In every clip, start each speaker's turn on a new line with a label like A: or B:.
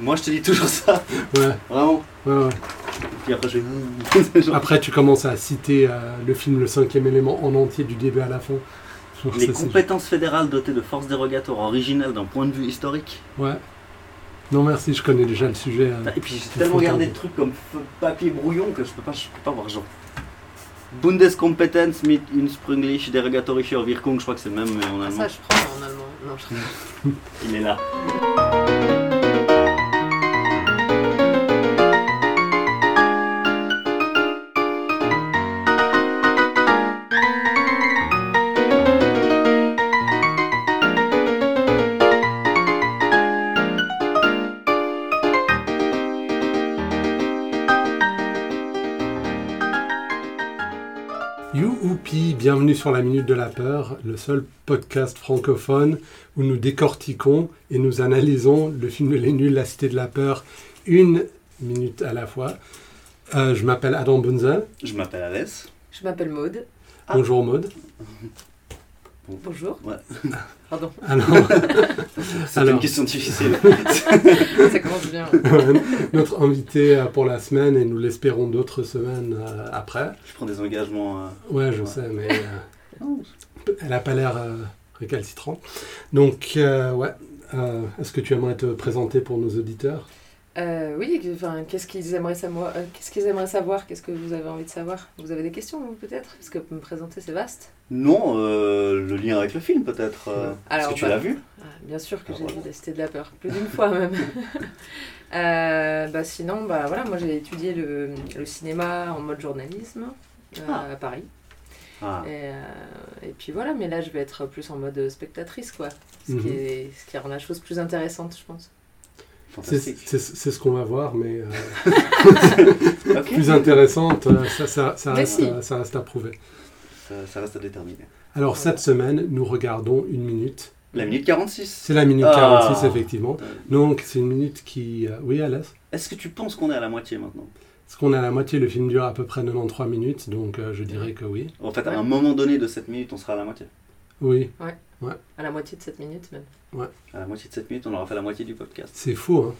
A: Moi, je te dis toujours ça,
B: Ouais,
A: vraiment.
B: ouais, ouais.
A: Puis après, je vais. Genre,
B: Après, tu commences à citer euh, le film Le cinquième élément en entier du début à la fin. Genre,
A: les
B: ça, c'est-
A: compétences fédérales dotées de forces dérogatoires originales d'un point de vue historique.
B: Ouais. Non, merci, je connais déjà le sujet. euh.
A: Ah, Et puis j'ai
B: faut
A: tellement regardé
B: regarder.
A: de trucs comme f- papier brouillon que je peux pas, je peux pas voir genre. Bundeskompetenz mit Unsprünglich Derogatorische Wirkung, je crois que c'est le même mais en
C: Ah,
A: allemand.
C: ça, je prends en allemand. Non, je rigole.
A: Il est là.
B: Youhoupi, bienvenue sur la Minute de la Peur, le seul podcast francophone où nous décortiquons et nous analysons le film de Les Nuls, La Cité de la Peur, une minute à la fois. Euh, je m'appelle Adam Bunzel.
A: Je m'appelle Alès.
C: Je m'appelle Maude. Ah.
B: Bonjour Maude.
C: Bonjour.
A: Ouais.
C: Pardon,
B: Alors,
A: C'est
B: Alors.
A: une question difficile.
C: ça commence bien.
B: notre invité euh, pour la semaine, et nous l'espérons d'autres semaines euh, après.
A: je prends des engagements. euh,
B: Ouais, je
A: Ouais.
B: sais, mais euh, elle n'a pas l'air euh, récalcitrante. Donc, euh, ouais, euh, est-ce que tu aimerais te présenter pour nos auditeurs
C: Euh, oui, que- enfin, qu'est-ce qu'ils aimeraient savoir euh, Qu'est-ce qu'ils aimeraient savoir Qu'est-ce que vous avez envie de savoir Vous avez des questions vous, peut-être Parce que me présenter c'est vaste.
A: Non, euh, le lien avec le film peut-être. euh, Est-ce
C: Alors,
A: que tu
C: bah,
A: l'as vu
C: Ah, bien sûr que
A: Ah,
C: j'ai vu
A: voilà.
C: la Cité de la peur, plus d'une fois même. Euh, bah, sinon, bah voilà, moi j'ai étudié le, le cinéma en mode journalisme euh,
A: Ah.
C: à Paris.
A: Ah,
C: Et, euh, et puis voilà, mais là je vais être plus en mode spectatrice, quoi. Ce,
B: Mhm.
C: qui, est- ce qui rend la chose plus intéressante, je pense.
B: C'est
A: fantastique.
B: c'est- c'est ce qu'on va voir, mais euh,
A: Ok.
B: plus intéressante, euh, ça, ça, ça
C: Mais
B: reste,
C: si.
B: euh, ça reste à prouver.
A: Ça, ça reste à déterminer.
B: Alors, cette semaine, nous regardons une minute.
A: La minute 46.
B: C'est la minute
A: Ah.
B: 46, effectivement.
A: Euh,
B: Donc, c'est une minute qui... euh, Oui, Alès
A: Est-ce que tu penses qu'on est à la moitié maintenant
B: Parce qu'on a la moitié, le film dure à peu près 93 minutes, donc euh, je dirais que oui.
A: En fait, à
C: Ouais.
A: un moment donné de cette minute, on sera à la moitié.
B: Oui,
C: À la moitié de cette minute même.
A: À la moitié de cette minute, on aura fait la moitié du podcast.
B: c'est faux,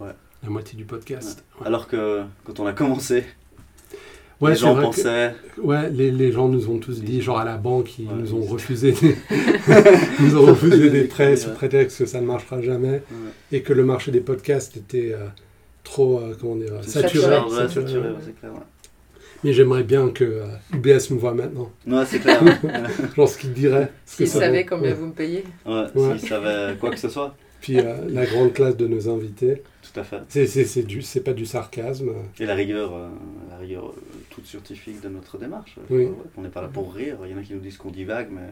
B: hein
A: Ouais.
B: La moitié du podcast. Ouais,
A: Alors que quand on a commencé,
B: Ouais,
A: les
B: c'est
A: gens
B: vrai que-
A: pensaient.
B: Ouais, les, les gens nous ont tous
A: Les
B: dit, genre à la banque, ils
A: Ouais,
B: nous ont
A: oui.
B: refusé des, nous ont refusé des prêts sous
A: Ouais.
B: prétexte que ça ne marchera jamais
A: Ouais.
B: et que le marché des podcasts était euh, trop, euh, comment dire, saturé.
C: Saturé,
A: ouais,
B: saturé.
A: saturé, ouais, c'est clair. ouais.
B: Mais j'aimerais bien que euh, UBS nous voit maintenant.
A: Non, c'est clair.
B: Genre ce qu'il dirait. ce que
C: S'ils
B: ça
C: savaient
B: vaut.
C: combien
B: Ouais.
C: vous me payez.
A: ouais,
B: Ouais.
A: S'ils savaient quoi que ce soit,
B: Puis euh, la grande classe de nos invités.
A: tout à fait.
B: C'est, c'est, c'est, du, c'est pas du sarcasme.
A: Et la rigueur, euh, la rigueur euh, toute scientifique de notre démarche. euh,
B: Oui.
A: Ouais, on n'est pas là pour rire. Il y en a qui nous disent qu'on divague, mais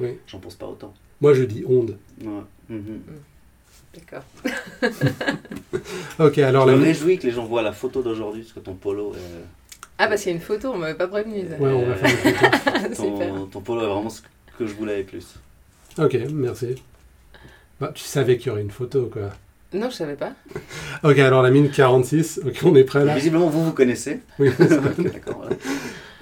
B: Oui.
A: j'en pense pas autant.
B: Moi je dis onde.
A: Ouais. Mhm.
C: D'accord.
B: Ok, alors
A: Je
B: la
A: me
B: minute.
A: réjouis que les gens voient la photo d'aujourd'hui, parce que ton polo est.
C: Ah bah c'est une photo, on m'avait pas prévenu. ça.
B: Ouais, on va faire une photo.
C: Super.
A: Ton, ton polo est vraiment ce que je voulais et plus.
B: Ok, merci. Bah, tu savais qu'il y aurait une photo quoi.
C: Non, je savais pas.
B: Ok, alors la minute 46. Ok, on est prêt là
A: Visiblement, vous vous connaissez.
B: Oui.
A: Ok, D'accord. voilà.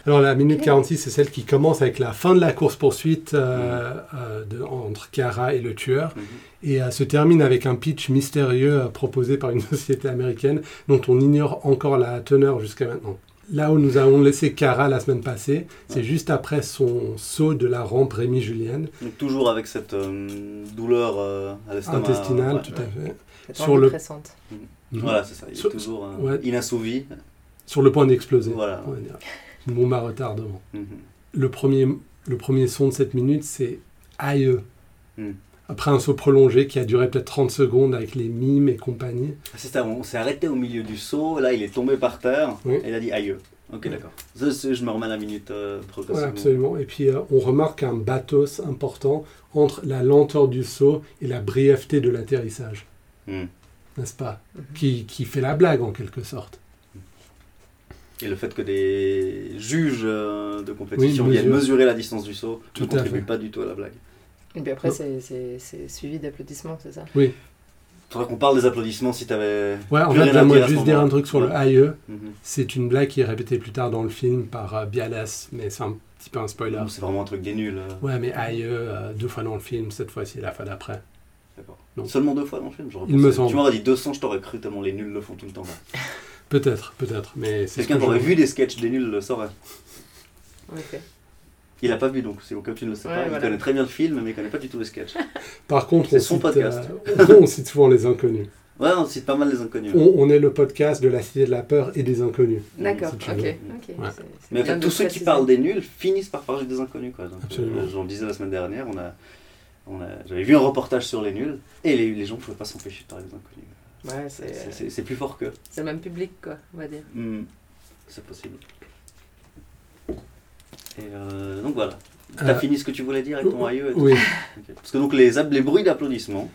B: Alors la minute 46, c'est celle qui commence avec la fin de la course-poursuite euh, euh, de- entre Kara et le tueur,
A: Mhm.
B: et euh, se termine avec un pitch mystérieux euh, proposé par une société américaine dont on ignore encore la teneur jusqu'à maintenant. Là où nous avons laissé Kara la semaine passée, c'est juste après son saut de la rampe Rémi Julienne,
A: Donc, toujours avec cette euh, douleur euh, à l'estomac.
B: intestinale,
A: Ouais,
B: tout
A: ouais.
B: à fait. Sur
C: Sur
B: le-
C: le...
B: Mhm.
A: Voilà, c'est ça. Il est
B: Sur-
A: toujours euh,
B: ouais.
A: inassouvi.
B: Sur le point d'exploser.
A: Voilà.
B: on va dire. Une bombe à bah, retardement.
A: Mhm.
B: le premier, le premier son de cette minute, c'est aïe.
A: Hmm.
B: Après un saut prolongé qui a duré peut-être 30 secondes avec les mimes et compagnie.
A: Ah, C'est ça, on s'est arrêté au milieu du saut. Là, il est tombé par terre.
B: Oui.
A: Et il a dit aïe. Ok,
B: Oui.
A: d'accord. Ça, c'est- Je me remets à la minute euh,
B: Ouais,
A: progressivement.
B: absolument. Et puis euh, on remarque un bathos important entre la lenteur du saut et la brièveté de l'atterrissage,
A: Mhm.
B: n'est-ce pas
C: Mhm.
B: qui, qui fait la blague en quelque sorte.
A: Et le fait que des juges euh, de compétition
B: Oui,
A: viennent
B: mesure.
A: mesurer la distance du saut
B: Tout
A: ne
B: à
A: contribue
B: fait.
A: pas du tout à la blague.
C: Et puis après,
B: Non.
C: c'est- c'est c'est suivi d'applaudissements, c'est ça
A: Faudrait qu'on parle des applaudissements si t'avais.
B: Ouais, en
A: Plus rien
B: fait,
A: à dire
B: j'aimerais
A: à ce
B: juste dire un
A: moment-là.
B: truc sur le
A: Ouais.
B: aïe.
A: Mhm.
B: C'est une blague qui est répétée plus tard dans le film par euh, Bialas, mais c'est un petit peu un spoiler.
A: C'est vraiment un truc des nuls. euh.
B: Ouais, mais aïe, euh, deux fois dans le film, cette fois-ci la fois d'après.
A: D'accord.
B: Non.
A: Seulement deux fois dans le film, je
B: Il me
A: repensais.
B: semble.
A: Tu m'aurais dit 200, je t'aurais cru tellement les nuls le font tout le temps.
B: Peut-être, peut-être. Mais c'est ce
A: Quelqu'un
B: que
A: qui aurait
B: je-
A: vu des sketchs des nuls le saurait.
C: En effet.
A: Il a pas vu donc, c'est au cas où tu ne le sais
C: Ouais,
A: pas. Il
C: voilà.
A: connaît très bien le film, mais il connaît pas du tout les sketchs.
B: Par contre,
A: C'est
B: on
A: son
B: cite,
A: podcast.
B: euh, on cite souvent les inconnus.
A: Ouais, on cite pas mal les inconnus.
B: On, on est le podcast de la cité de la peur et des inconnus.
C: D'accord,
B: si
C: ok.
B: tu veux.
C: ok.
B: Ouais.
C: C'est- c'est
A: Mais en
C: bien
A: fait,
C: de
A: tous ceux qui
C: préciser.
A: parlent des nuls finissent par parler des inconnus. Quoi. Donc, euh,
B: Absolument.
A: j'en disais la semaine dernière, on a, on a- j'avais vu un reportage sur les nuls et les, les gens ne pouvaient pas s'empêcher de parler des inconnus.
C: Ouais,
A: C'est-
C: c'est euh,
A: C'est c'est plus fort qu'eux.
C: c'est le même public, quoi, on va dire.
A: Hmm, C'est possible. Et euh, donc voilà. T'as
B: Euh,
A: fini ce que tu voulais dire avec ton aïeux et tout
B: Oui,
A: Ok. Parce que donc les, ab- les bruits d'applaudissements,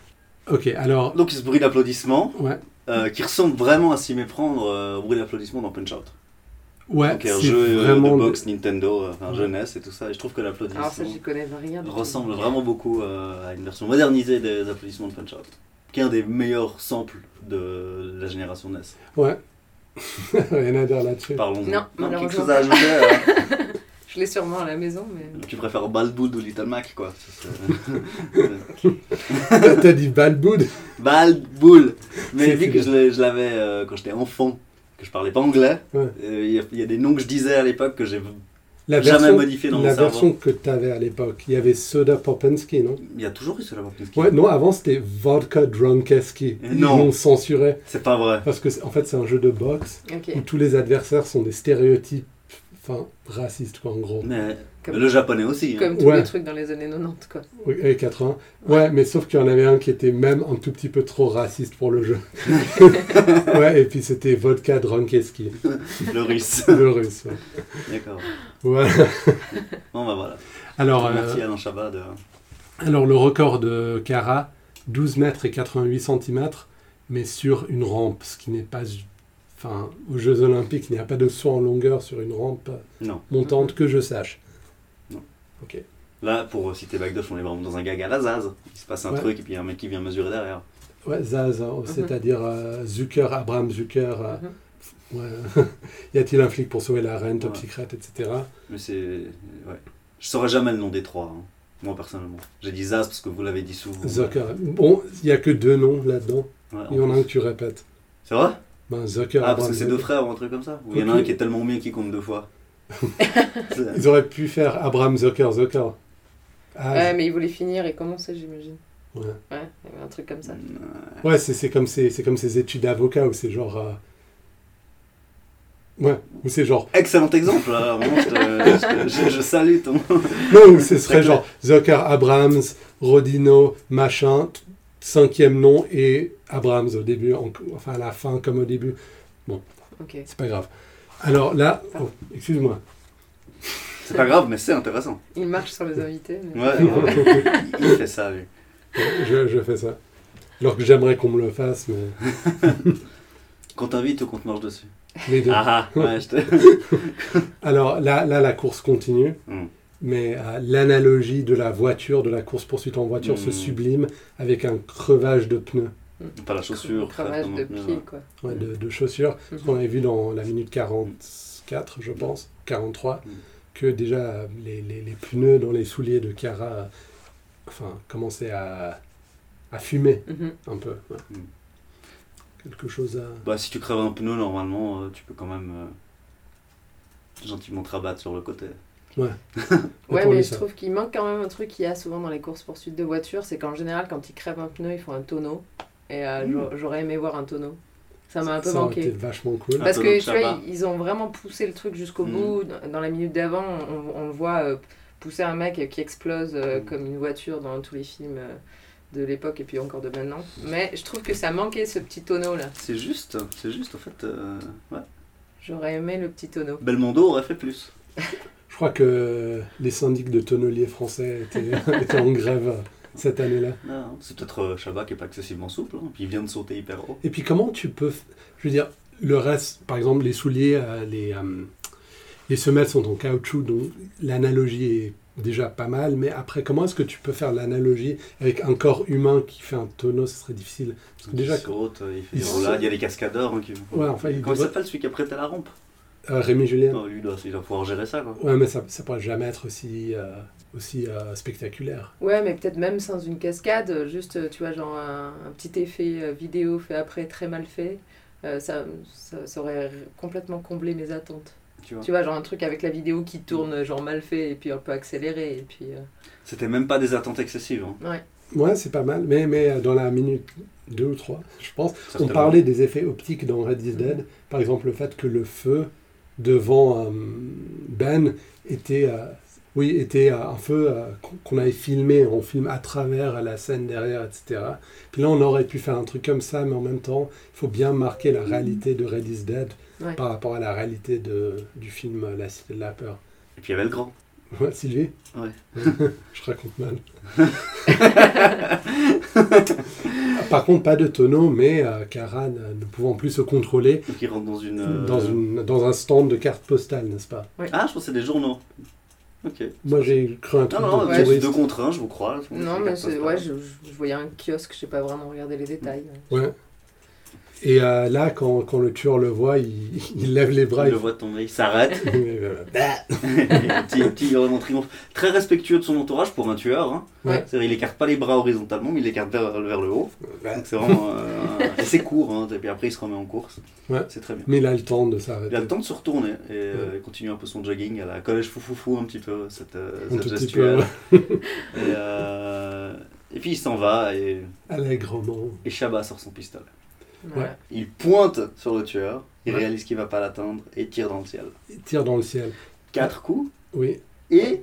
B: ok, alors.
A: donc ce bruit d'applaudissements
B: Ouais,
A: euh, qui ressemble vraiment à s'y méprendre euh, au bruit d'applaudissements dans Punch Out.
B: ouais
A: donc un
B: c'est
A: jeu euh,
B: vraiment.
A: de boxe Nintendo, euh, enfin
B: Ouais.
A: jeunesse et tout ça. Et je trouve que l'applaudissement.
C: Alors, ça, j'y connais rien. du tout.
A: ressemble vraiment beaucoup euh, à une version modernisée des applaudissements de Punch Out, qui est un des meilleurs samples de la génération NES.
B: Ouais. Rien à dire là-dessus.
A: Parlons-en.
C: Non, malheureusement.
A: quelque chose à ajouter. euh,
C: Je l'ai sûrement à la maison, mais.
A: tu préfères Balboud ou Little Mac, quoi. C'est- c'est-
B: T'as dit Balboud
A: Balboul. Mais
B: C'est
A: vu
B: plus
A: que
B: bien.
A: je l'ai- je l'avais euh, quand j'étais enfant, que je parlais pas anglais,
B: Ouais.
A: euh, il y, a- il y a des noms que je disais à l'époque que j'ai
B: La
A: jamais
B: version,
A: modifié dans mon
B: la
A: cerveau.
B: version que t'avais à l'époque, il y avait Soda Popensky, non
A: Il y a toujours eu cela. Popinski.
B: Ouais, non, avant c'était Vodka Drunkeski. Ils
A: Non.
B: l'ont censuré.
A: C'est pas vrai.
B: Parce que, c'est- en fait, c'est un jeu de boxe
C: Ok.
B: où tous les adversaires sont des stéréotypes, enfin, racistes, quoi, en gros.
A: Mais
C: Comme-
A: le japonais aussi. hein.
C: Comme tous
B: Ouais.
C: les trucs dans les années 90, quoi.
B: Oui, et 80. Ouais, mais sauf qu'il y en avait un qui était même un tout petit peu trop raciste pour le jeu. ouais, et puis c'était Vodka Drunkeski,
A: Le russe.
B: le russe. ouais.
A: D'accord.
B: Voilà.
A: Bon, bah voilà.
B: Alors,
A: Merci
B: euh,
A: Alain Chabat de.
B: alors, le record de Cara, 12 mètres et 88 cm, mais sur une rampe, ce qui n'est pas. Enfin, aux Jeux Olympiques, il n'y a pas de saut en longueur sur une rampe
A: Non.
B: montante que je sache.
A: Non.
B: Ok.
A: Là, pour euh, citer Bagdosh, on est vraiment dans un gag à la Zaz. Il se passe un
B: Ouais.
A: truc et puis il y a un mec qui vient mesurer derrière.
B: Ouais, Zaz, hein, c'est-à-dire euh, Zucker, Abraham Zucker. euh,
C: Mhm.
B: Ouais. y a-t-il un flic pour sauver la reine, Top
A: Ouais.
B: Secret, etc.
A: Mais c'est. Ouais. Je saurais jamais le nom des trois, hein. moi personnellement. J'ai dit Zaz parce que vous l'avez dit souvent.
B: Zucker. Bon, il n'y a que deux noms là-dedans.
A: Ouais, en
B: Il y en a un
A: plus.
B: que tu répètes.
A: C'est vrai
B: Ben, Zucker,
A: Ah, parce
B: Abraham
A: que c'est
B: Zucker.
A: deux frères ou un truc comme ça Ou il y en a
B: Ok.
A: un qui est tellement bien qu'il compte deux fois C'est-
B: Ils auraient pu faire Abraham Zucker, Zucker. Ah,
C: Ouais, mais ils voulaient finir et commencer, j'imagine.
B: ouais.
C: Ouais, il y avait un truc comme ça.
B: Ouais, c'est c'est comme, ces- c'est comme ces études d'avocat où c'est genre. euh, Ouais, où c'est genre.
A: Excellent exemple, là. Vraiment, je, te- je- je- je salue ton.
B: Non, où ce
A: Très
B: serait
A: clair.
B: genre Zucker, Abrams, Rodino, machin, t- cinquième nom et Abrams au début, en- enfin à la fin comme au début.
C: Ok.
B: C'est pas grave. Alors là, oh, excuse-moi.
A: C'est pas grave, mais c'est intéressant.
C: Il marche sur les invités. mais-
A: Ouais, ouais. il fait ça, lui.
B: Je, je fais ça. Alors que j'aimerais qu'on me le fasse, mais
A: Qu'on t'invite ou qu'on te marche dessus
B: les deux.
A: Ah ah, ouais, je te.
B: Alors là, là, la course continue,
A: Hmm.
B: mais euh, l'analogie de la voiture, de la course-poursuite en voiture, se
A: Hmm.
B: sublime avec un crevage de pneus,
A: Pas la chaussure,
C: Crevage de
A: comment-
C: pied, quoi.
B: ouais, de, de chaussures, qu'on avait vu dans la minute 44, je pense, 43,
A: Hmm.
B: que déjà euh, les, les- les pneus dans les souliers de Cara euh, enfin, commençaient à, à fumer
C: Mhm.
B: un peu. ouais.
A: Hmm.
B: Quelque chose à...
A: Bah, si tu crèves un pneu, normalement, euh, tu peux quand même euh, gentiment te rabattre sur le côté.
C: Ouais,
B: Pour lui,
C: mais je
B: ça.
C: trouve qu'il manque quand même un truc qu'il y a souvent dans les courses poursuites de voitures, c'est qu'en général, quand ils crèvent un pneu, ils font un tonneau. Et euh, j'a- j'aurais aimé voir un tonneau. Ça m'a un peu
B: Mmh. Ça aurait été
C: manqué.
B: vachement cool.
A: Un
C: Parce
A: tonneau
C: que
A: de
C: tu vois,
A: Shabbat.
C: ils ils ont vraiment poussé le truc jusqu'au
B: Mmh.
A: Mm.
C: bout. Dans- Dans la minute d'avant, on, on le voit euh, pousser un mec qui explose euh,
B: Mmh.
A: Mm.
C: comme une voiture dans tous les films euh, de l'époque et puis encore de maintenant. Mais je trouve que ça manquait ce petit tonneau là.
A: C'est juste, c'est juste en fait. euh, ouais.
C: J'aurais aimé le petit tonneau.
A: Belmondo aurait fait plus.
B: Je crois que les syndics de tonneliers français étaient, étaient en grève euh, cette année-là.
A: Non, c'est peut-être euh, Chabat qui est pas excessivement souple, hein, puis il vient de sauter hyper haut.
B: Et puis comment tu peux... f- Je veux dire, le reste, par exemple, les souliers, euh, les, euh, les semelles sont en caoutchouc, donc l'analogie est déjà pas mal, mais après, comment est-ce que tu peux faire l'analogie avec un corps humain qui fait un tonneau Ce serait difficile. Parce que déjà,
A: il saute, euh, il fait
B: il
A: des
B: saute.
A: roulades, il y a les cascadeurs. hein, qui...
B: Ouais, enfin, il
A: Comment il
B: devrait-
A: s'appelle celui qui a prêté la rampe
B: euh, Rémi Julien,
A: Non, lui, il doit, il doit pouvoir gérer ça quoi.
B: ouais, mais ça, ça pourrait jamais être aussi... euh, aussi euh, spectaculaire.
C: Ouais, mais peut-être même sans une cascade, euh, juste, euh, tu vois, genre un, un petit effet euh, vidéo fait après, très mal fait, euh, ça, ça, ça aurait complètement comblé mes attentes.
A: tu vois.
C: Tu vois, genre un truc avec la vidéo qui tourne, euh, genre mal fait, et puis un peu accéléré, et puis... euh,
A: C'était même pas des attentes excessives. hein,
B: Ouais, c'est pas mal, mais, mais euh, dans la minute 2 ou 3, je pense, on
A: certainement.
B: parlait des effets optiques dans Red is Dead. Par exemple, le fait que le feu devant euh, Ben était, euh, oui, était euh, un feu euh, qu'on- qu'on avait filmé. On filme à travers la scène derrière, etc. Puis là, on aurait pu faire un truc comme ça, mais en même temps, il faut bien marquer la réalité de Red is Dead
C: Ouais.
B: par rapport à la réalité de, du film euh, La Cité de la Peur.
A: Et puis il y avait le grand.
B: Ouais, Sylvie
A: Ouais.
B: Je raconte mal. Ah, Par contre, pas de tonneau, mais euh, Karan, euh, ne pouvant plus se contrôler,
A: Donc il rentre dans une. euh,
B: dans, une, dans un stand de cartes postales, n'est-ce pas
A: Ah, je pensais des journaux. Ok.
B: Moi, j'ai cru un
A: Non,
B: truc
A: non,
B: de
A: c'est
B: touriste.
A: deux contre un, je vous crois.
C: Non,
A: C'est
C: mais
A: quatre
C: c'est-
A: postes,
C: ouais,
A: hein.
C: je, je- je voyais un kiosque, j'ai pas vraiment regardé les détails.
B: Ouais. Et euh, là, quand, quand le tueur le voit, il, il lève les bras.
A: Il le voit tomber, il s'arrête.
B: il- euh, bah.
A: petit, petit hurlement de triomphe. Très respectueux de son entourage pour un tueur. hein.
B: Ouais.
A: C'est-à-dire, il écarte pas les bras horizontalement, mais il écarte vers, vers le haut.
B: bah.
A: Donc c'est vraiment. euh, et c'est court, hein, et puis après il se remet en course.
B: Ouais.
A: C'est très bien.
B: Mais il a le temps de
A: Il a le
B: s'arrêter.
A: temps de se retourner et euh, continuer un peu son jogging à la collège foufoufou un petit peu, cette, euh,
B: Un
A: cette
B: tout petit
A: gestuelle.
B: peu
A: Et, euh, et puis il s'en va et,
B: allègrement.
A: et Shabba sort son pistolet.
C: Voilà.
A: Il pointe sur le tueur, il
B: Ouais.
A: réalise qu'il va pas l'atteindre et tire dans le ciel.
B: Il tire dans le ciel.
A: Quatre coups
B: Oui.
A: et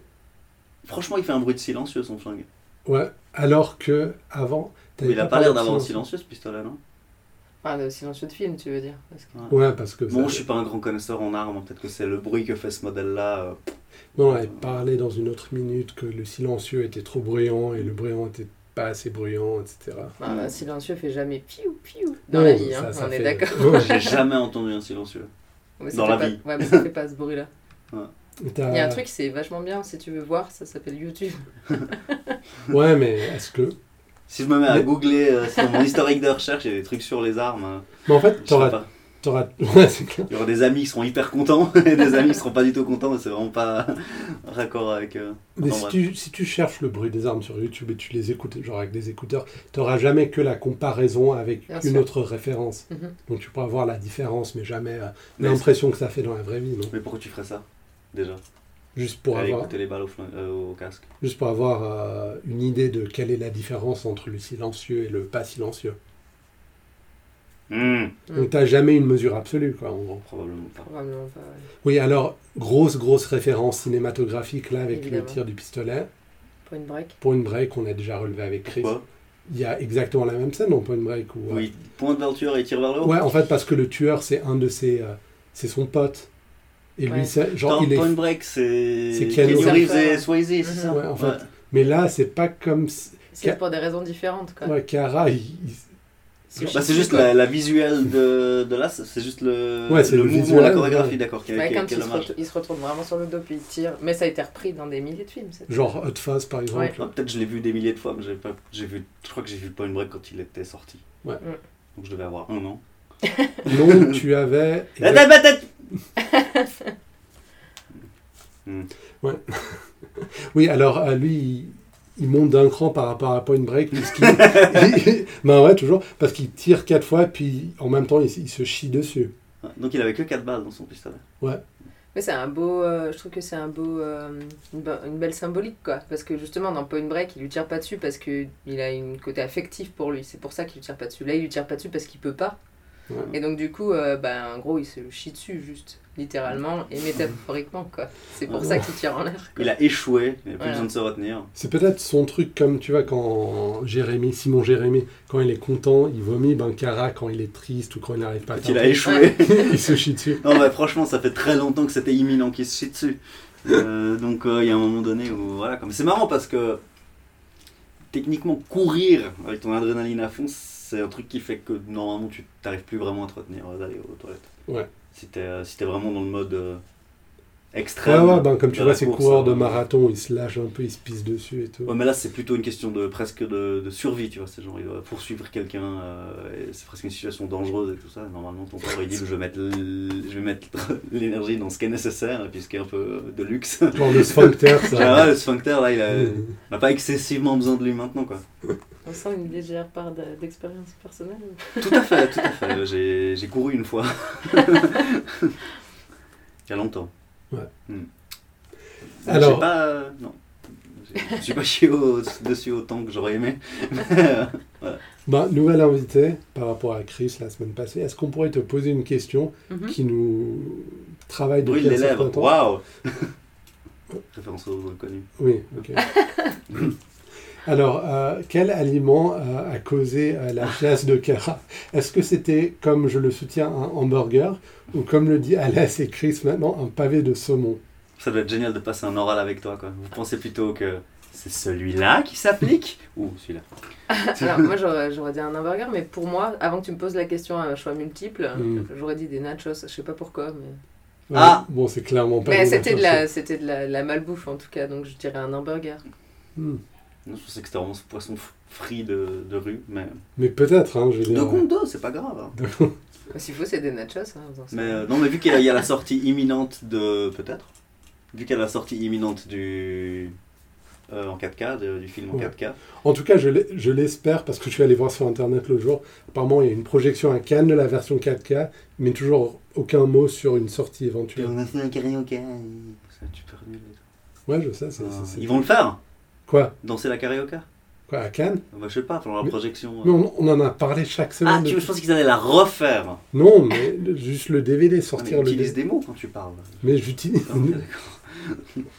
A: franchement il fait un bruit de silencieux son flingue.
B: Ouais. Alors que avant,
A: Mais il a pas l'air d'avoir un silencieux ce pistolet non
C: Ah, le silencieux de film, tu veux dire parce que-
B: Ouais, parce que
A: Bon
B: ça-
A: je suis pas un grand connaisseur en armes, hein, peut-être que c'est le bruit que fait ce modèle là.
B: Non, on avait parlé dans une autre minute que le silencieux était trop bruyant et le bruyant était pas assez bruyant, etc.
C: Ah, un silencieux fait jamais piou piou dans
B: Non,
C: la vie,
B: ça-
C: hein,
B: ça
C: on
B: fait-
C: est d'accord.
A: euh, J'ai jamais entendu un silencieux.
C: Mais ça
A: Dans
C: fait
A: la
C: pas-
A: vie.
C: Ouais, mais ça fait pas ce bruit-là.
B: T'as-
C: Il y a un truc, c'est vachement bien, si tu veux voir, ça s'appelle YouTube.
B: Ouais, mais est-ce que.
A: Si je me mets à
B: Mais-
A: googler euh, sur mon historique de recherche, il y a des trucs sur les armes. euh,
B: Mais en fait,
A: je sais
B: t'auras.
A: pas.
B: t'auras- Ouais, c'est clair.
A: Il y aura des amis qui seront hyper contents et des amis qui seront pas du tout contents et c'est vraiment pas raccord avec. euh,
B: Mais
A: enfin,
B: si
A: bref.
B: tu, si tu cherches le bruit des armes sur YouTube et tu les écoutes, genre avec des écouteurs, t'auras jamais que la comparaison avec
C: Bien
B: une
C: sûr.
B: autre référence.
C: Mhm.
B: Donc tu pourras voir la différence, mais jamais euh,
A: Mais-
B: l'impression que ça fait dans la vraie vie, non
A: Mais pourquoi tu ferais ça Déjà.
B: Juste pour
A: Aller
B: avoir,
A: écouter les balles au, flingue- euh, au casque.
B: juste pour avoir euh, une idée de quelle est la différence entre le silencieux et le pas silencieux.
A: Hmm,
C: Mm.
B: Donc t'as jamais une mesure absolue, quoi, en gros.
A: Probablement pas.
C: Probablement pas, ouais.
B: Oui, alors, grosse, grosse référence cinématographique, là, avec
C: Évidemment.
B: le tir du pistolet.
C: Pour une break.
B: Pour une break, on a déjà relevé avec Chris.
A: Pourquoi
B: Il y a exactement la même scène dans Point Break. Où, euh,
A: Oui, pointe vers le tueur et tire vers le haut.
B: Ouais, en fait, parce que le tueur, c'est un de ses... euh, c'est son pote. Et lui,
C: Ouais.
B: c'est- genre,
A: Point
B: il est...
A: Point break, c'est.
B: C'est Keanu
A: Keanu
C: Reeves.
A: Reeves et Swayze, c'est
C: Mhm.
A: ça
B: Ouais, en fait. Mais là, c'est pas comme... si-
C: C'est pour des raisons différentes, quoi.
B: Ouais, Kara, il... il-
C: Parce que
A: Bah,
C: je-
A: c'est juste la, la visuelle de, de là, c'est c'est juste le,
B: Ouais, c'est
A: le
B: le
A: mouvement,
B: visuel,
A: la chorégraphie,
B: ouais.
A: d'accord. Quel,
C: Ouais,
A: quel-
C: quand
A: quel
C: il se,
A: hommage.
C: re- il se retourne vraiment sur le dos, puis il tire. Mais ça a été repris dans des milliers de films. c'est-
B: Genre Hot Fuzz, par exemple.
A: Ah, Peut-être je l'ai vu des milliers de fois, mais j'ai pas, j'ai vu, je crois que j'ai vu Point Break quand il était sorti.
B: Ouais.
C: Mm.
A: Donc je devais avoir un an. Eh,
B: Non, tu avais...
A: La tête, la tête
B: Oui, alors euh, lui, il, il monte d'un cran par rapport à Point Break, puisqu'il. il- ben ouais, toujours, parce qu'il tire quatre fois, puis en même temps, il, s- il se chie dessus.
A: Ouais, Donc il avait que 4 balles dans son pistolet.
C: Mais c'est un beau. euh, je trouve que c'est un beau. euh, une, be- une belle symbolique, quoi. Parce que justement, dans Point Break, il lui tire pas dessus parce qu'il a une côté affectif pour lui. C'est pour ça qu'il lui tire pas dessus. Là, il lui tire pas dessus parce qu'il peut pas.
B: Ouais.
C: Et donc, du coup, euh, ben, en gros, il se chie dessus, juste. Littéralement et métaphoriquement, quoi. C'est pour
A: Ouais.
C: ça qu'il tire en l'air. quoi.
A: Il a échoué, il n'a plus
C: Voilà.
A: besoin de se retenir.
B: C'est peut-être son truc, comme tu vois, quand Jérémy, Simon Jérémy, quand il est content, il vomit, ben Cara, quand il est triste ou quand il n'arrive pas à
A: Quand
B: faire
A: il
B: un
A: a
B: truc,
A: échoué.
B: il se chie dessus.
A: non, mais franchement, ça fait très longtemps que c'était imminent qu'il se chie dessus. Euh, donc euh, il y a un moment donné où. Voilà, comme... C'est marrant parce que. Techniquement, courir avec ton adrénaline à fond, c'est un truc qui fait que normalement tu t'arrives plus vraiment à te retenir euh, d'aller aux toilettes.
B: Ouais.
A: Si t'es euh, si t'es vraiment dans le mode. euh,
B: Ouais,
A: extrême.
B: ouais, ben, comme tu
A: dans
B: vois,
A: la
B: ces
A: course,
B: coureurs de
A: hein.
B: marathon, ils se lâchent un peu, ils se pissent dessus et tout.
A: Ouais, mais là, c'est plutôt une question de presque de, de survie, tu vois. C'est genre, il doit poursuivre quelqu'un, euh, et c'est presque une situation dangereuse et tout ça. Normalement, ton corps, il dit, je vais mettre l- je vais mettre l'énergie dans ce qui est nécessaire, et puis ce qui est un peu de luxe.
B: Genre le sphincter,
A: Ah ouais,
B: ça.
A: le sphincter, là, il a, on a pas excessivement besoin de lui maintenant, quoi.
C: On sent une légère part de- d'expérience personnelle.
A: Tout à fait, tout à fait. J'ai j'ai couru une fois. il y a longtemps.
B: Ouais.
A: Hmm. J'ai
B: Alors-
A: pas... euh, Non. J'ai- Je suis pas chié au- dessus autant que j'aurais aimé. euh,
B: Ben, nouvel invité par rapport à Chris la semaine passée. Est-ce qu'on pourrait te poser une question
C: Mhm.
B: Mmh. qui nous travaille depuis
A: Brûle les
B: un certain
A: lèvres,
B: temps
A: waouh Référence aux inconnus.
B: Oui, ok. Alors, euh, quel aliment euh, a causé euh, la chasse de Kara Est-ce que c'était, comme je le soutiens, un hamburger ou comme le dit Alès et Chris maintenant, un pavé de saumon
A: Ça doit être génial de passer un oral avec toi, quoi. Vous pensez plutôt que c'est celui-là qui s'applique Ou celui-là
C: Alors, moi, j'aurais j'aurais dit un hamburger, mais pour moi, avant que tu me poses la question à un choix multiple,
B: Mm.
C: j'aurais dit des nachos. Je sais pas pourquoi, mais.
B: Ouais,
A: Ah
B: Bon, c'est clairement pas...
C: Mais
B: une
C: c'était de,
B: affaire,
C: la, c'était de la, la malbouffe en tout cas, donc je dirais un hamburger.
B: ça. Hmm.
A: Non, Je pensais que c'était vraiment ce poisson f- frit de, de rue, mais...
B: Mais peut-être, hein, je veux
A: De
B: dire.
A: Gondo, c'est pas grave. hein.
C: Mais S'il faut, c'est des nachos. hein, dans ce-
A: Mais euh, non, mais vu qu'il y a- il y a la sortie imminente de... Peut-être Vu qu'il y a la sortie imminente du... euh, en 4K, de- du film en
B: Ouais.
A: 4K.
B: En tout cas, je l'ai- je l'espère parce que je suis allé voir sur Internet l'autre jour. Apparemment, il y a une projection à Cannes de la version 4K, mais toujours aucun mot sur une sortie
A: Puis
B: éventuelle.
A: on a fait un karaoké. C'est super nul. les gars.
B: Ouais, je sais. c'est- c'est- c'est-
A: Ah. Ils vont le faire
B: Quoi
A: Danser la karaoké
B: Quoi, à Cannes
A: Bah, je sais pas, pendant la
B: Mais-
A: projection. euh.
B: Mais on, on en a parlé chaque semaine.
A: Ah, tu,
B: depuis-
A: je pensais qu'ils allaient la refaire.
B: Non, mais le- juste le DVD, sortir
A: Ah, mais
B: le Mmh.
A: utilise
B: DVD.
A: des mots quand tu parles.
B: Mais j'utilise.
A: Ah, ok, d'accord.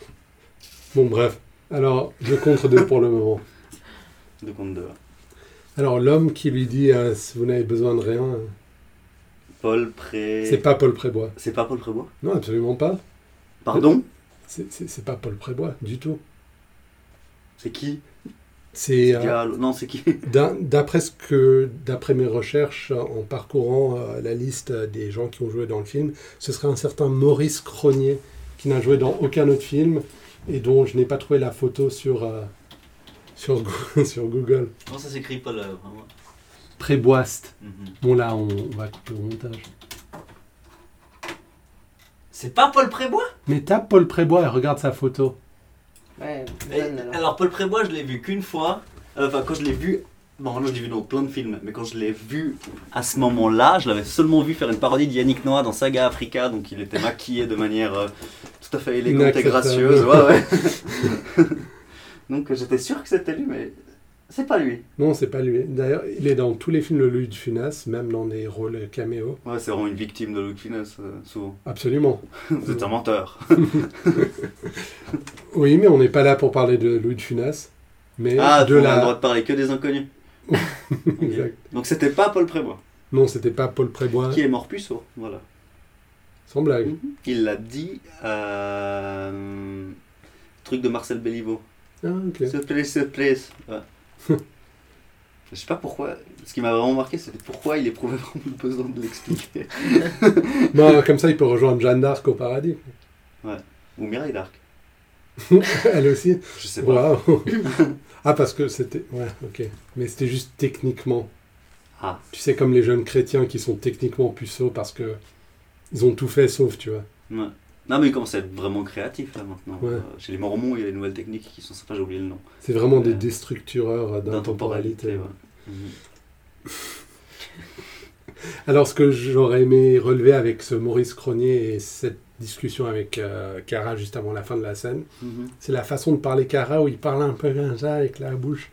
B: bon, bref. Alors, je contre deux pour le moment.
A: Deux contre deux.
B: Alors, l'homme qui lui dit euh, si vous n'avez besoin de rien, euh,
A: Paul Pré.
B: c'est pas Paul Prébois.
A: C'est pas Paul Prébois
B: Non, absolument pas.
A: Pardon
B: Euh. C'est- C'est c'est pas Paul Prébois, du tout.
A: C'est qui
B: C'est.
A: C'est
B: euh,
A: Diallo. Non, c'est qui
B: D'un- D'après ce que, d'après mes recherches, euh, en parcourant euh, la liste euh, des gens qui ont joué dans le film, ce serait un certain Maurice Cronier qui n'a joué dans aucun autre film et dont je n'ai pas trouvé la photo sur euh, sur, Goo- sur Google.
A: Comment ça s'écrit Paul euh,
B: Préboiste.
A: Mhm.
B: Bon là, on, on va couper au montage.
A: C'est pas Paul Prébois
B: Mais tape Paul Prébois et regarde sa photo.
C: Ouais,
A: Eh,
C: bonne, alors.
A: Paul Prébois, je l'ai vu qu'une fois. Euh, Enfin, quand je l'ai vu. Bon, non, je l'ai vu dans plein de films, mais quand je l'ai vu à ce moment-là, je l'avais seulement vu faire une parodie de Yannick Noah dans Saga Africa, donc il était maquillé de manière euh, tout à fait élégante et
B: Inacceptable.
A: gracieuse. Ouais, ouais. donc euh, j'étais sûr que c'était lui, mais c'est pas lui.
B: Non, c'est pas lui. D'ailleurs, il est dans tous les films de Louis de Funès, même dans des rôles caméo.
A: Ouais, c'est vraiment une victime de Luke Finesse, euh, souvent.
B: Absolument.
A: Vous êtes un menteur.
B: Oui, mais on n'est pas là pour parler de Louis de Funès, mais
A: Ah,
B: de
A: on a le
B: la.
A: droit de parler que des inconnus. Ok.
B: Exact.
A: Donc c'était pas Paul Prébois,
B: Non, c'était pas Paul Prébois.
A: qui est Mhm. mort puceau, voilà.
B: Sans blague.
A: Il l'a dit euh, truc de Marcel Béliveau.
B: Ah, ok.
A: Surprise, surprise. Ouais. Je sais pas pourquoi, ce qui m'a vraiment marqué, c'était pourquoi il éprouvait vraiment besoin de l'expliquer.
B: Non, Bah, comme ça, il peut rejoindre Jeanne d'Arc au paradis.
A: Ou Mireille d'Arc.
B: Elle aussi.
A: Je sais pas.
B: Waouh. ah, parce que c'était. Ouais, ok. Mais c'était juste techniquement.
A: Ah.
B: Tu sais, comme les jeunes chrétiens qui sont techniquement puceaux parce que ils ont tout fait sauf, tu vois.
A: Ouais. Non, mais il commence à être vraiment créatif là maintenant.
B: Ouais.
A: Euh, chez les Mormons, il y a des nouvelles techniques qui sont sympas, j'ai oublié le nom.
B: C'est vraiment des
A: Euh,
B: déstructureurs euh, d'intemporalité.
A: ouais. Mhm.
B: Alors, ce que j'aurais aimé relever avec ce Maurice Cronier et cette discussion avec euh, Cara juste avant la fin de la scène,
A: Mhm.
B: C'est la façon de parler Cara où il parle un peu comme ça, avec la bouche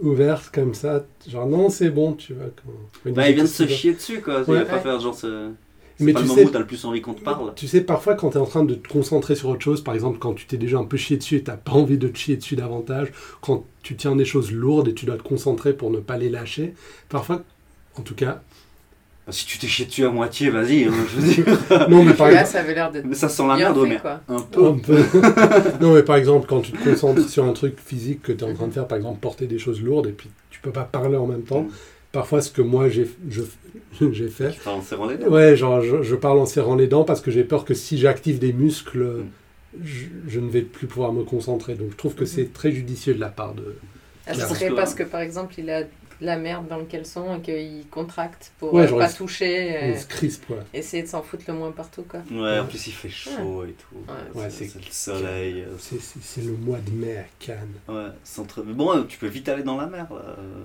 B: ouverte comme ça. Genre, non, c'est bon, tu vois. Quand... quand
A: Bah,
B: dit
A: il vient de
B: tout
A: se
B: ça.
A: chier dessus, quoi. Il
B: Ouais.
A: va pas
C: Ouais.
A: faire genre ce. C'est
B: Mais
A: pas
B: tu
A: le moment
B: sais,
A: où t'as le plus envie qu'on te parle.
B: tu sais, parfois, quand tu es en train de te concentrer sur autre chose, par exemple, quand tu t'es déjà un peu chié dessus et t'as pas envie de te chier dessus davantage, quand tu tiens des choses lourdes et tu dois te concentrer pour ne pas les lâcher, parfois, en tout cas,
A: Ah, Si tu t'es chié dessus à moitié, vas-y, hein, je veux dire.
B: non, mais par
C: Là,
B: exemple,
C: ça avait l'air d'être
A: Mais ça sent la
C: bien
A: merde,
C: fait,
A: Homer.
C: quoi.
A: Un peu.
B: un peu. non, mais par exemple, quand tu te concentres sur un truc physique que tu es en train de faire, par exemple, porter des choses lourdes et puis tu peux pas parler en même
A: Mm.
B: temps. parfois ce que moi j'ai je- j'ai fait.
A: Enfin, on s'est rendu compte.
B: Ouais, genre je, je parle en serrant les dents parce que j'ai peur que si j'active des muscles
A: Mm.
B: je, je ne vais plus pouvoir me concentrer. Donc je trouve que c'est très judicieux de la part de.
C: Ah, ce
B: Clairement.
C: serait parce que par exemple il a de la merde dans le caleçon et qu'il contracte pour
B: Ouais,
C: euh,
B: j'aurais- Mm.
C: pas toucher, euh,
B: On se crispe, quoi.
C: essayer de s'en foutre le moins partout quoi.
A: Ouais, en plus il fait chaud et tout.
C: Ouais.
B: Ouais,
A: C'est-
B: c'est-
A: c'est le soleil. euh,
B: C'est- C'est c'est le mois de mai à Cannes.
A: Ouais, c'est entre- Mais bon, euh, tu peux vite aller dans la mer, là. euh,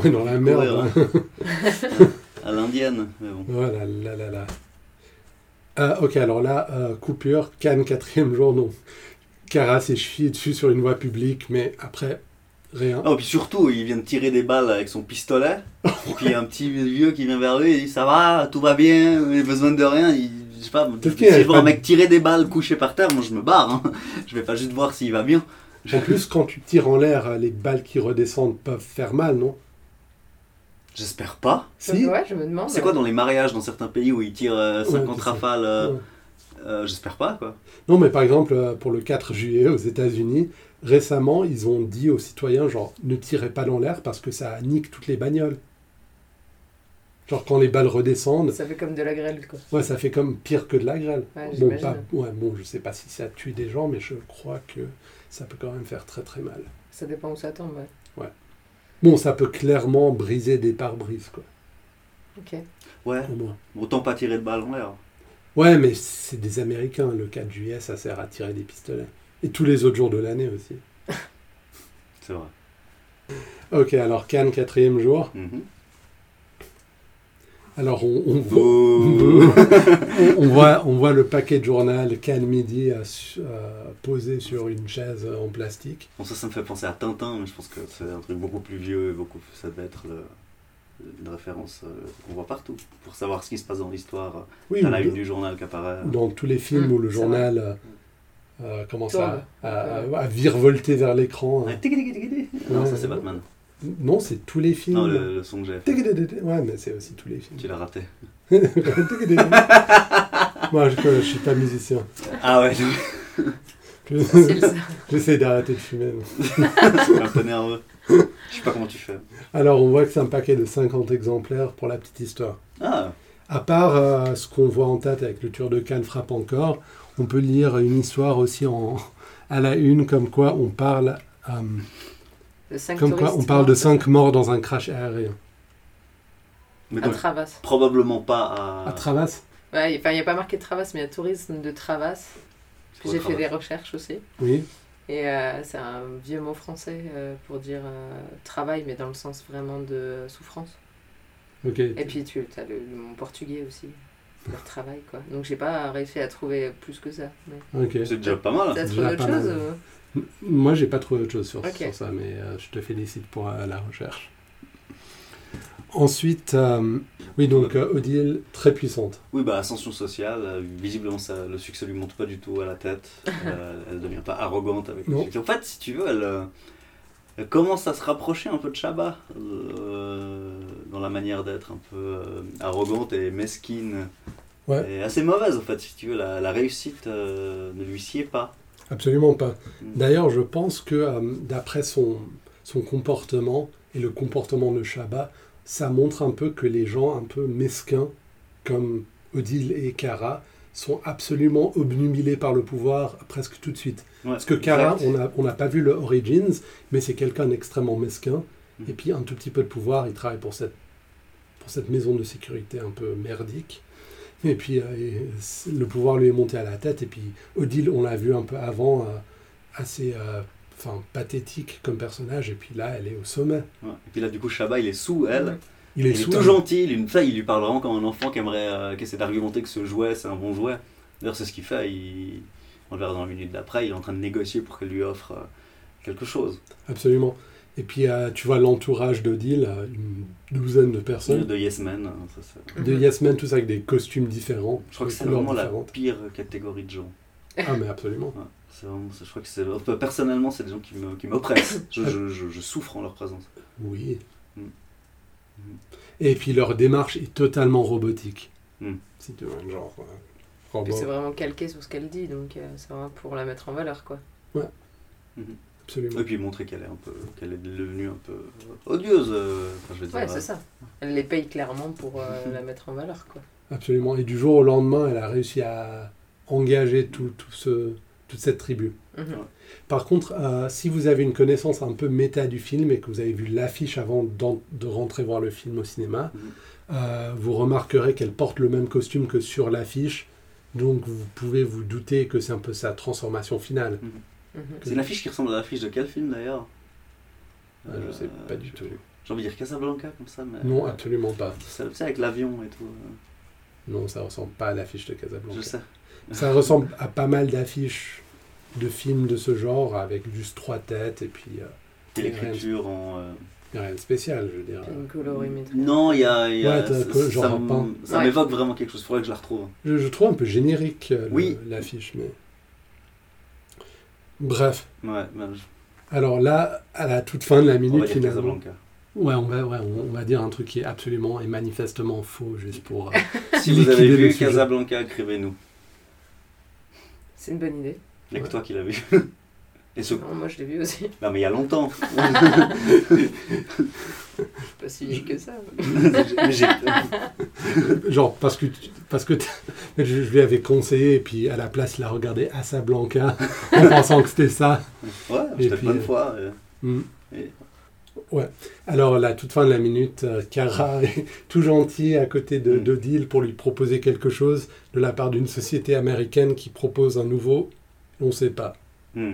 B: Ouais, dans la merde.
A: courir,
B: hein.
A: hein. à l'indienne, mais bon.
B: Voilà, là, là, là. Ah, ok, alors là, euh, coupure, Cannes, quatrième jour, non. Caras et chevilles dessus sur une voie publique, mais après, rien.
A: Ah, et puis surtout, il vient de tirer des balles avec son pistolet. puis il y a un petit vieux qui vient vers lui et il dit Ça va, tout va bien, vous avez besoin de rien. Il, je sais pas,
B: Peut-être
A: si
B: qu'il y a
A: je vois
B: pas
A: un
B: de-
A: mec tirer des balles couché par terre, moi je me barre. hein. Je vais pas juste voir s'il va bien.
B: En plus, quand tu tires en l'air, euh, les balles qui redescendent peuvent faire mal, non
A: J'espère pas.
B: Si
C: Ah, Ouais, je me demande. hein.
A: C'est quoi dans les mariages dans certains pays où ils tirent euh, 50
B: Ouais, c'est ça.
A: rafales euh,
B: Ouais.
A: euh, J'espère pas, quoi.
B: Non, mais par exemple, euh, pour le 4 juillet aux États-Unis, récemment, ils ont dit aux citoyens, genre, ne tirez pas dans l'air parce que ça nique toutes les bagnoles. Genre, quand les balles redescendent,
C: Ça fait comme de la grêle quoi.
B: ouais, ça fait comme pire que de la grêle.
C: Ouais,
B: bon,
C: j'imagine.
B: pas- ouais, bon, je sais pas si ça tue des gens, mais je crois que ça peut quand même faire très très mal.
C: Ça dépend où ça tombe. ouais.
B: Bon, ça peut clairement briser des pare-brises, quoi,
C: Ok.
A: Ouais,
B: pour moi.
A: autant pas tirer de balles en l'air.
B: Ouais, mais c'est des Américains. Le 4 juillet, ça sert à tirer des pistolets. Et tous les autres jours de l'année aussi.
A: C'est vrai.
B: Ok, alors Cannes, quatrième jour.
A: Mhm.
B: Alors, on, on voit...
A: Bouh.
B: on, on voit, on voit le paquet de journal Cannes Midi euh, su- euh, posé sur une chaise euh, en plastique.
A: Bon, ça, ça me fait penser à Tintin, mais je pense que c'est un truc beaucoup plus vieux et beaucoup plus. Ça doit être le- une référence euh, qu'on voit partout. Pour savoir ce qui se passe dans l'histoire,
B: Oui,
A: t'as la
B: ou-
A: une du journal qui apparaît.
B: ou dans tous les films
C: Mm,
B: où le
C: c'est
B: journal euh, euh, commence à,
C: Tourne.
B: à- à- à virevolter vers l'écran.
A: Ouais, tigidi, tigidi. Non, ça c'est Batman.
B: Non, c'est tous les films.
A: Non, le, le son que j'ai fait.
B: Tigidididi. Ouais, mais c'est aussi tous les films.
A: Tu l'as raté.
B: Tigidididi. Moi, je, je suis pas musicien.
A: Ah ouais,
C: Facile, ça.
B: J'essaie d'arrêter de fumer. non.
A: je suis un peu nerveux. Je sais pas comment tu fais.
B: Alors, on voit que c'est un paquet de 50 exemplaires pour la petite histoire.
A: Ah,
B: À part euh, ce qu'on voit en tête avec le tueur de Cannes frappe encore, on peut lire une histoire aussi en, à la une, comme quoi on parle, euh,
C: De cinq
B: comme quoi
C: touristes, hein,
B: on parle de
C: quoi.
B: 5 morts dans un crash aérien.
A: mais
C: À
A: donc
C: Travas.
A: probablement pas à.
C: Ah.
B: À Travas
C: Ouais, enfin, il n'y a pas marqué Travas, mais il y a tourisme de Travas.
A: C'est quoi,
C: J'ai fait
A: Travas
C: des recherches aussi.
B: Oui.
C: Et euh, c'est un vieux mot français euh, pour dire euh, travail, mais dans le sens vraiment de souffrance.
B: Ok.
C: Et puis tu as le, le mot portugais aussi, leur travail quoi. Donc j'ai pas réussi à trouver plus que ça. Mais...
B: Ok.
A: C'est déjà pas mal.
C: T'as
B: déjà
C: trouvé autre
B: pas mal.
C: chose euh. ou-
B: M- Moi, j'ai pas trouvé autre chose sur,
C: Ok.
B: sur ça, mais euh, je te félicite pour euh, la recherche. Ensuite, euh, oui, donc euh, Odile, très puissante.
A: Oui, bah ascension sociale, euh, visiblement ça, le succès lui monte pas du tout à la tête. Euh, elle devient pas arrogante avec
B: Non.
A: les filles. En fait, si tu veux, elle, euh, elle commence à se rapprocher un peu de Shabba euh, dans la manière d'être un peu euh, arrogante et mesquine.
B: Ouais.
A: Et assez mauvaise en fait, si tu veux, la, la réussite euh, ne lui sied pas.
B: Absolument pas.
A: Mm.
B: D'ailleurs, je pense que euh, d'après son, son comportement et le comportement de Shabba, ça montre un peu que les gens un peu mesquins, comme Odile et Kara, sont absolument obnubilés par le pouvoir presque tout de suite.
A: Ouais,
B: Parce que Kara,
A: exact.
B: on n'a on n'a pas vu le Origins, mais c'est quelqu'un d'extrêmement mesquin.
A: Mhm.
B: Et puis un tout petit peu de pouvoir, il travaille pour cette, pour cette maison de sécurité un peu merdique. Et puis euh, et c'est- le pouvoir lui est monté à la tête. Et puis Odile, on l'a vu un peu avant, euh, assez euh, enfin, pathétique comme personnage. Et puis là, elle est au sommet.
A: Ouais. Et puis là, du coup, Shabba il est sous elle.
B: Il est,
A: Il est
B: sous-
A: tout gentil, il, ça, il lui parle vraiment comme un enfant qui aimerait, euh, qui essaie d'argumenter que ce jouet c'est un bon jouet. D'ailleurs, c'est ce qu'il fait, il, on le verra dans la minute d'après, il est en train de négocier pour qu'elle lui offre euh, quelque chose.
B: Absolument. Et puis euh, tu vois l'entourage d'Odile, euh, une douzaine de personnes,
A: De Yes Man, hein, ça, ça-
C: Mhm.
B: de Yes Men, tous avec des costumes différents.
A: je crois que
B: des
A: c'est
B: couleurs
A: vraiment la
B: différentes.
A: pire catégorie de gens.
B: Ah, mais absolument.
A: Ouais, c'est vraiment- c'est- je crois que c'est, enfin, personnellement, c'est des gens qui, me, qui m'oppressent. Je, je- je- je souffre en leur présence.
B: Oui.
A: Mm. Mm.
B: Et puis leur démarche est totalement robotique.
A: Mm.
B: Si tu veux, genre. euh,
C: Puis
B: robot.
C: c'est vraiment calqué sur ce qu'elle dit, donc euh, c'est vraiment pour la mettre en valeur quoi.
B: Absolument.
A: Et puis montrer qu'elle est un peu, qu'elle est devenue un peu odieuse. euh, enfin, je veux dire,
C: Ouais,
A: euh,
C: c'est ça. Elle les paye clairement pour euh, la mettre en valeur quoi.
B: Absolument. Et du jour au lendemain, elle a réussi à engager tout, tout ce toute cette tribu.
C: Mhm.
B: Par contre, euh, si vous avez une connaissance un peu méta du film et que vous avez vu l'affiche avant d'en- de rentrer voir le film au cinéma,
A: Mhm.
B: euh, vous remarquerez qu'elle porte le même costume que sur l'affiche. Donc vous pouvez vous douter que c'est un peu sa transformation finale.
C: Mhm.
A: C'est une affiche qui ressemble à l'affiche de quel film d'ailleurs
B: Ah, je sais
A: Euh,
B: pas du tout.
A: J'ai envie de dire Casablanca comme ça, mais.
B: Non, absolument pas.
A: Ça, tu sais, avec l'avion et tout. euh,
B: Non, ça ressemble pas à l'affiche de
A: Je
B: Casablanca.
A: sais.
B: Ça ressemble à pas mal d'affiches de films de ce genre avec juste trois têtes et puis euh,
A: Et l'écriture en. euh,
B: rien de spécial, je veux dire.
C: Une colorimétrie.
A: Non, il y a. il y a-
B: Ouais, t'as-
A: ça-
B: que- genre
A: ça
B: un
A: m-
B: pain.
A: ça
C: Ouais.
A: m'évoque vraiment quelque chose, faudrait que je la retrouve.
B: Je, je trouve un peu générique euh, le-
A: Oui.
B: l'affiche, mais. Bref.
A: Ouais, bah, je-
B: Alors là, à la toute fin de
A: on
B: la
A: va
B: minute,
A: dire
B: finalement.
A: Casablanca.
B: Ouais, on va, ouais, on, on va dire un truc qui est absolument et manifestement faux, juste pour. euh,
A: Si vous avez
B: liquider le
A: vu
B: sujet.
A: Casablanca, écrivez-nous.
C: C'est une bonne idée.
A: Il n'y a que
B: Ouais.
A: toi qui l'as vu. Et ce...
C: Non, moi je l'ai vu aussi.
A: Non, mais il y a longtemps.
C: Je suis pas si vieille que ça.
A: Mais j'ai-
B: Genre, parce que. tu- Parce que t- je, je lui avais conseillé, et puis à la place, il a regardé Casablanca en pensant que c'était ça.
A: Ouais,
B: Et
A: j'étais
B: puis,
A: plein de
B: euh,
A: fois. euh,
B: Hmm.
A: Et-
B: Ouais. Alors, à la toute fin de la minute, euh, Cara est tout gentil à côté de-
A: Mm.
B: d'Odile pour lui proposer quelque chose de la part d'une société américaine qui propose un nouveau. On ne sait pas.
A: hmm.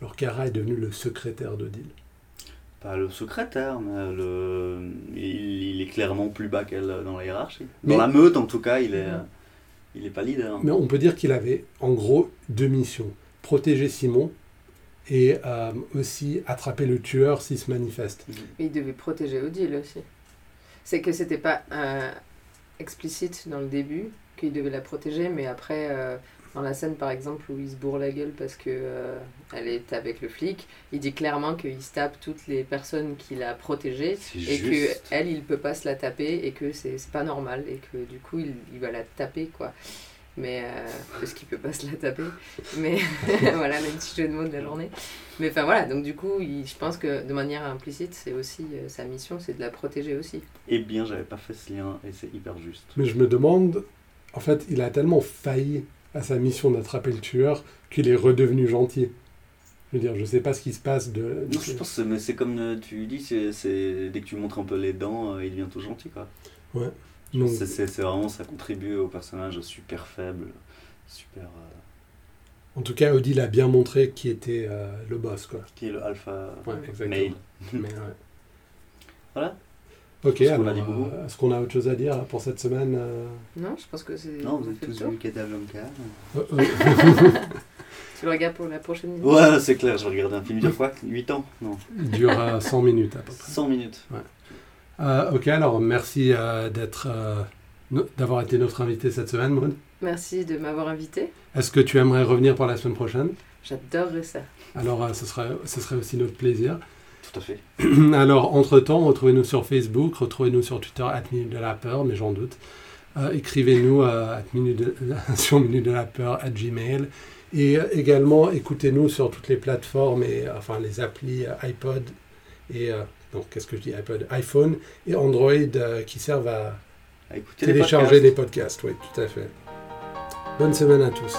B: Alors, Cara est devenu le secrétaire d'Odile.
A: Pas le secrétaire, mais le... il, il est clairement plus bas qu'elle euh, dans la hiérarchie. Dans
B: Mais-
A: la meute, en tout cas, il est, euh, il est pas leader.
B: Mais on peut dire qu'il avait, en gros, deux missions protéger Simon et euh, aussi attraper le tueur s'il se manifeste.
C: Mais il devait protéger Odile aussi. C'est que c'était pas euh, explicite dans le début qu'il devait la protéger, mais après, euh, dans la scène par exemple où il se bourre la gueule parce que euh, elle est avec le flic, il dit clairement qu'il se tape toutes les personnes qu'il a protégées
A: C'est
C: et
A: juste.
C: que elle, il peut pas se la taper et que c'est c'est pas normal et que du coup, il, il va la taper quoi. Mais euh, parce qu'il peut pas se la taper. Mais voilà, le petit jeu de mots de la journée. Mais enfin voilà, donc du coup, il- je pense que de manière implicite, c'est aussi euh, sa mission, c'est de la protéger aussi.
A: Eh bien, j'avais pas fait ce lien, et c'est hyper juste.
B: Mais je me demande, en fait, il a tellement failli à sa mission d'attraper le tueur qu'il est redevenu gentil. Je veux dire, je sais pas ce qui se passe de.
A: Non, je pense que c'est- mais c'est comme euh, tu dis, c'est, c'est- dès que tu montres un peu les dents, euh, il devient tout gentil. Quoi.
B: Donc,
A: C'est, c'est- c'est vraiment, ça contribue au personnage super faible, super. euh,
B: en tout cas, Odile a bien montré qui était euh, le boss, quoi.
A: qui est le alpha
B: Ouais, exactement.
A: male.
B: Mais, ouais.
A: Voilà.
B: Ok,
A: Est-ce qu'on
B: alors,
A: a dit beaucoup
B: euh, est-ce qu'on a autre chose à dire pour cette semaine euh,
C: Non, je pense que c'est.
A: Non,
C: on a
A: vous avez
C: fait le
A: tous
C: tour.
A: vu Casablanca.
B: euh, euh,
C: Tu le regardes pour la prochaine vidéo
A: Ouais, c'est clair, je regarde un film de quoi 8 ans Non,
B: Il dure 100 minutes à peu près.
A: 100 minutes.
B: Euh, ok, alors merci euh, d'être, euh, no- d'avoir été notre invité cette semaine, Maud.
C: Merci de m'avoir invité.
B: Est-ce que tu aimerais revenir pour la semaine prochaine
C: J'adorerais ça.
B: Alors, euh, ce, serait, ce serait aussi notre plaisir.
A: Tout à fait.
B: Alors, entre-temps, retrouvez-nous sur Facebook, retrouvez-nous sur Twitter, at Minute de la Peur, mais j'en doute. Euh, Écrivez-nous euh, at Minute de- sur Minute de la Peur, à Gmail. Et euh, également, écoutez-nous sur toutes les plateformes, et, euh, enfin les applis euh, iPod et... euh, non, qu'est-ce que je dis iPod iPhone et Android euh, qui servent à
A: À écouter les
B: télécharger
A: podcasts.
B: des podcasts. Oui, tout à fait. Bonne semaine à tous.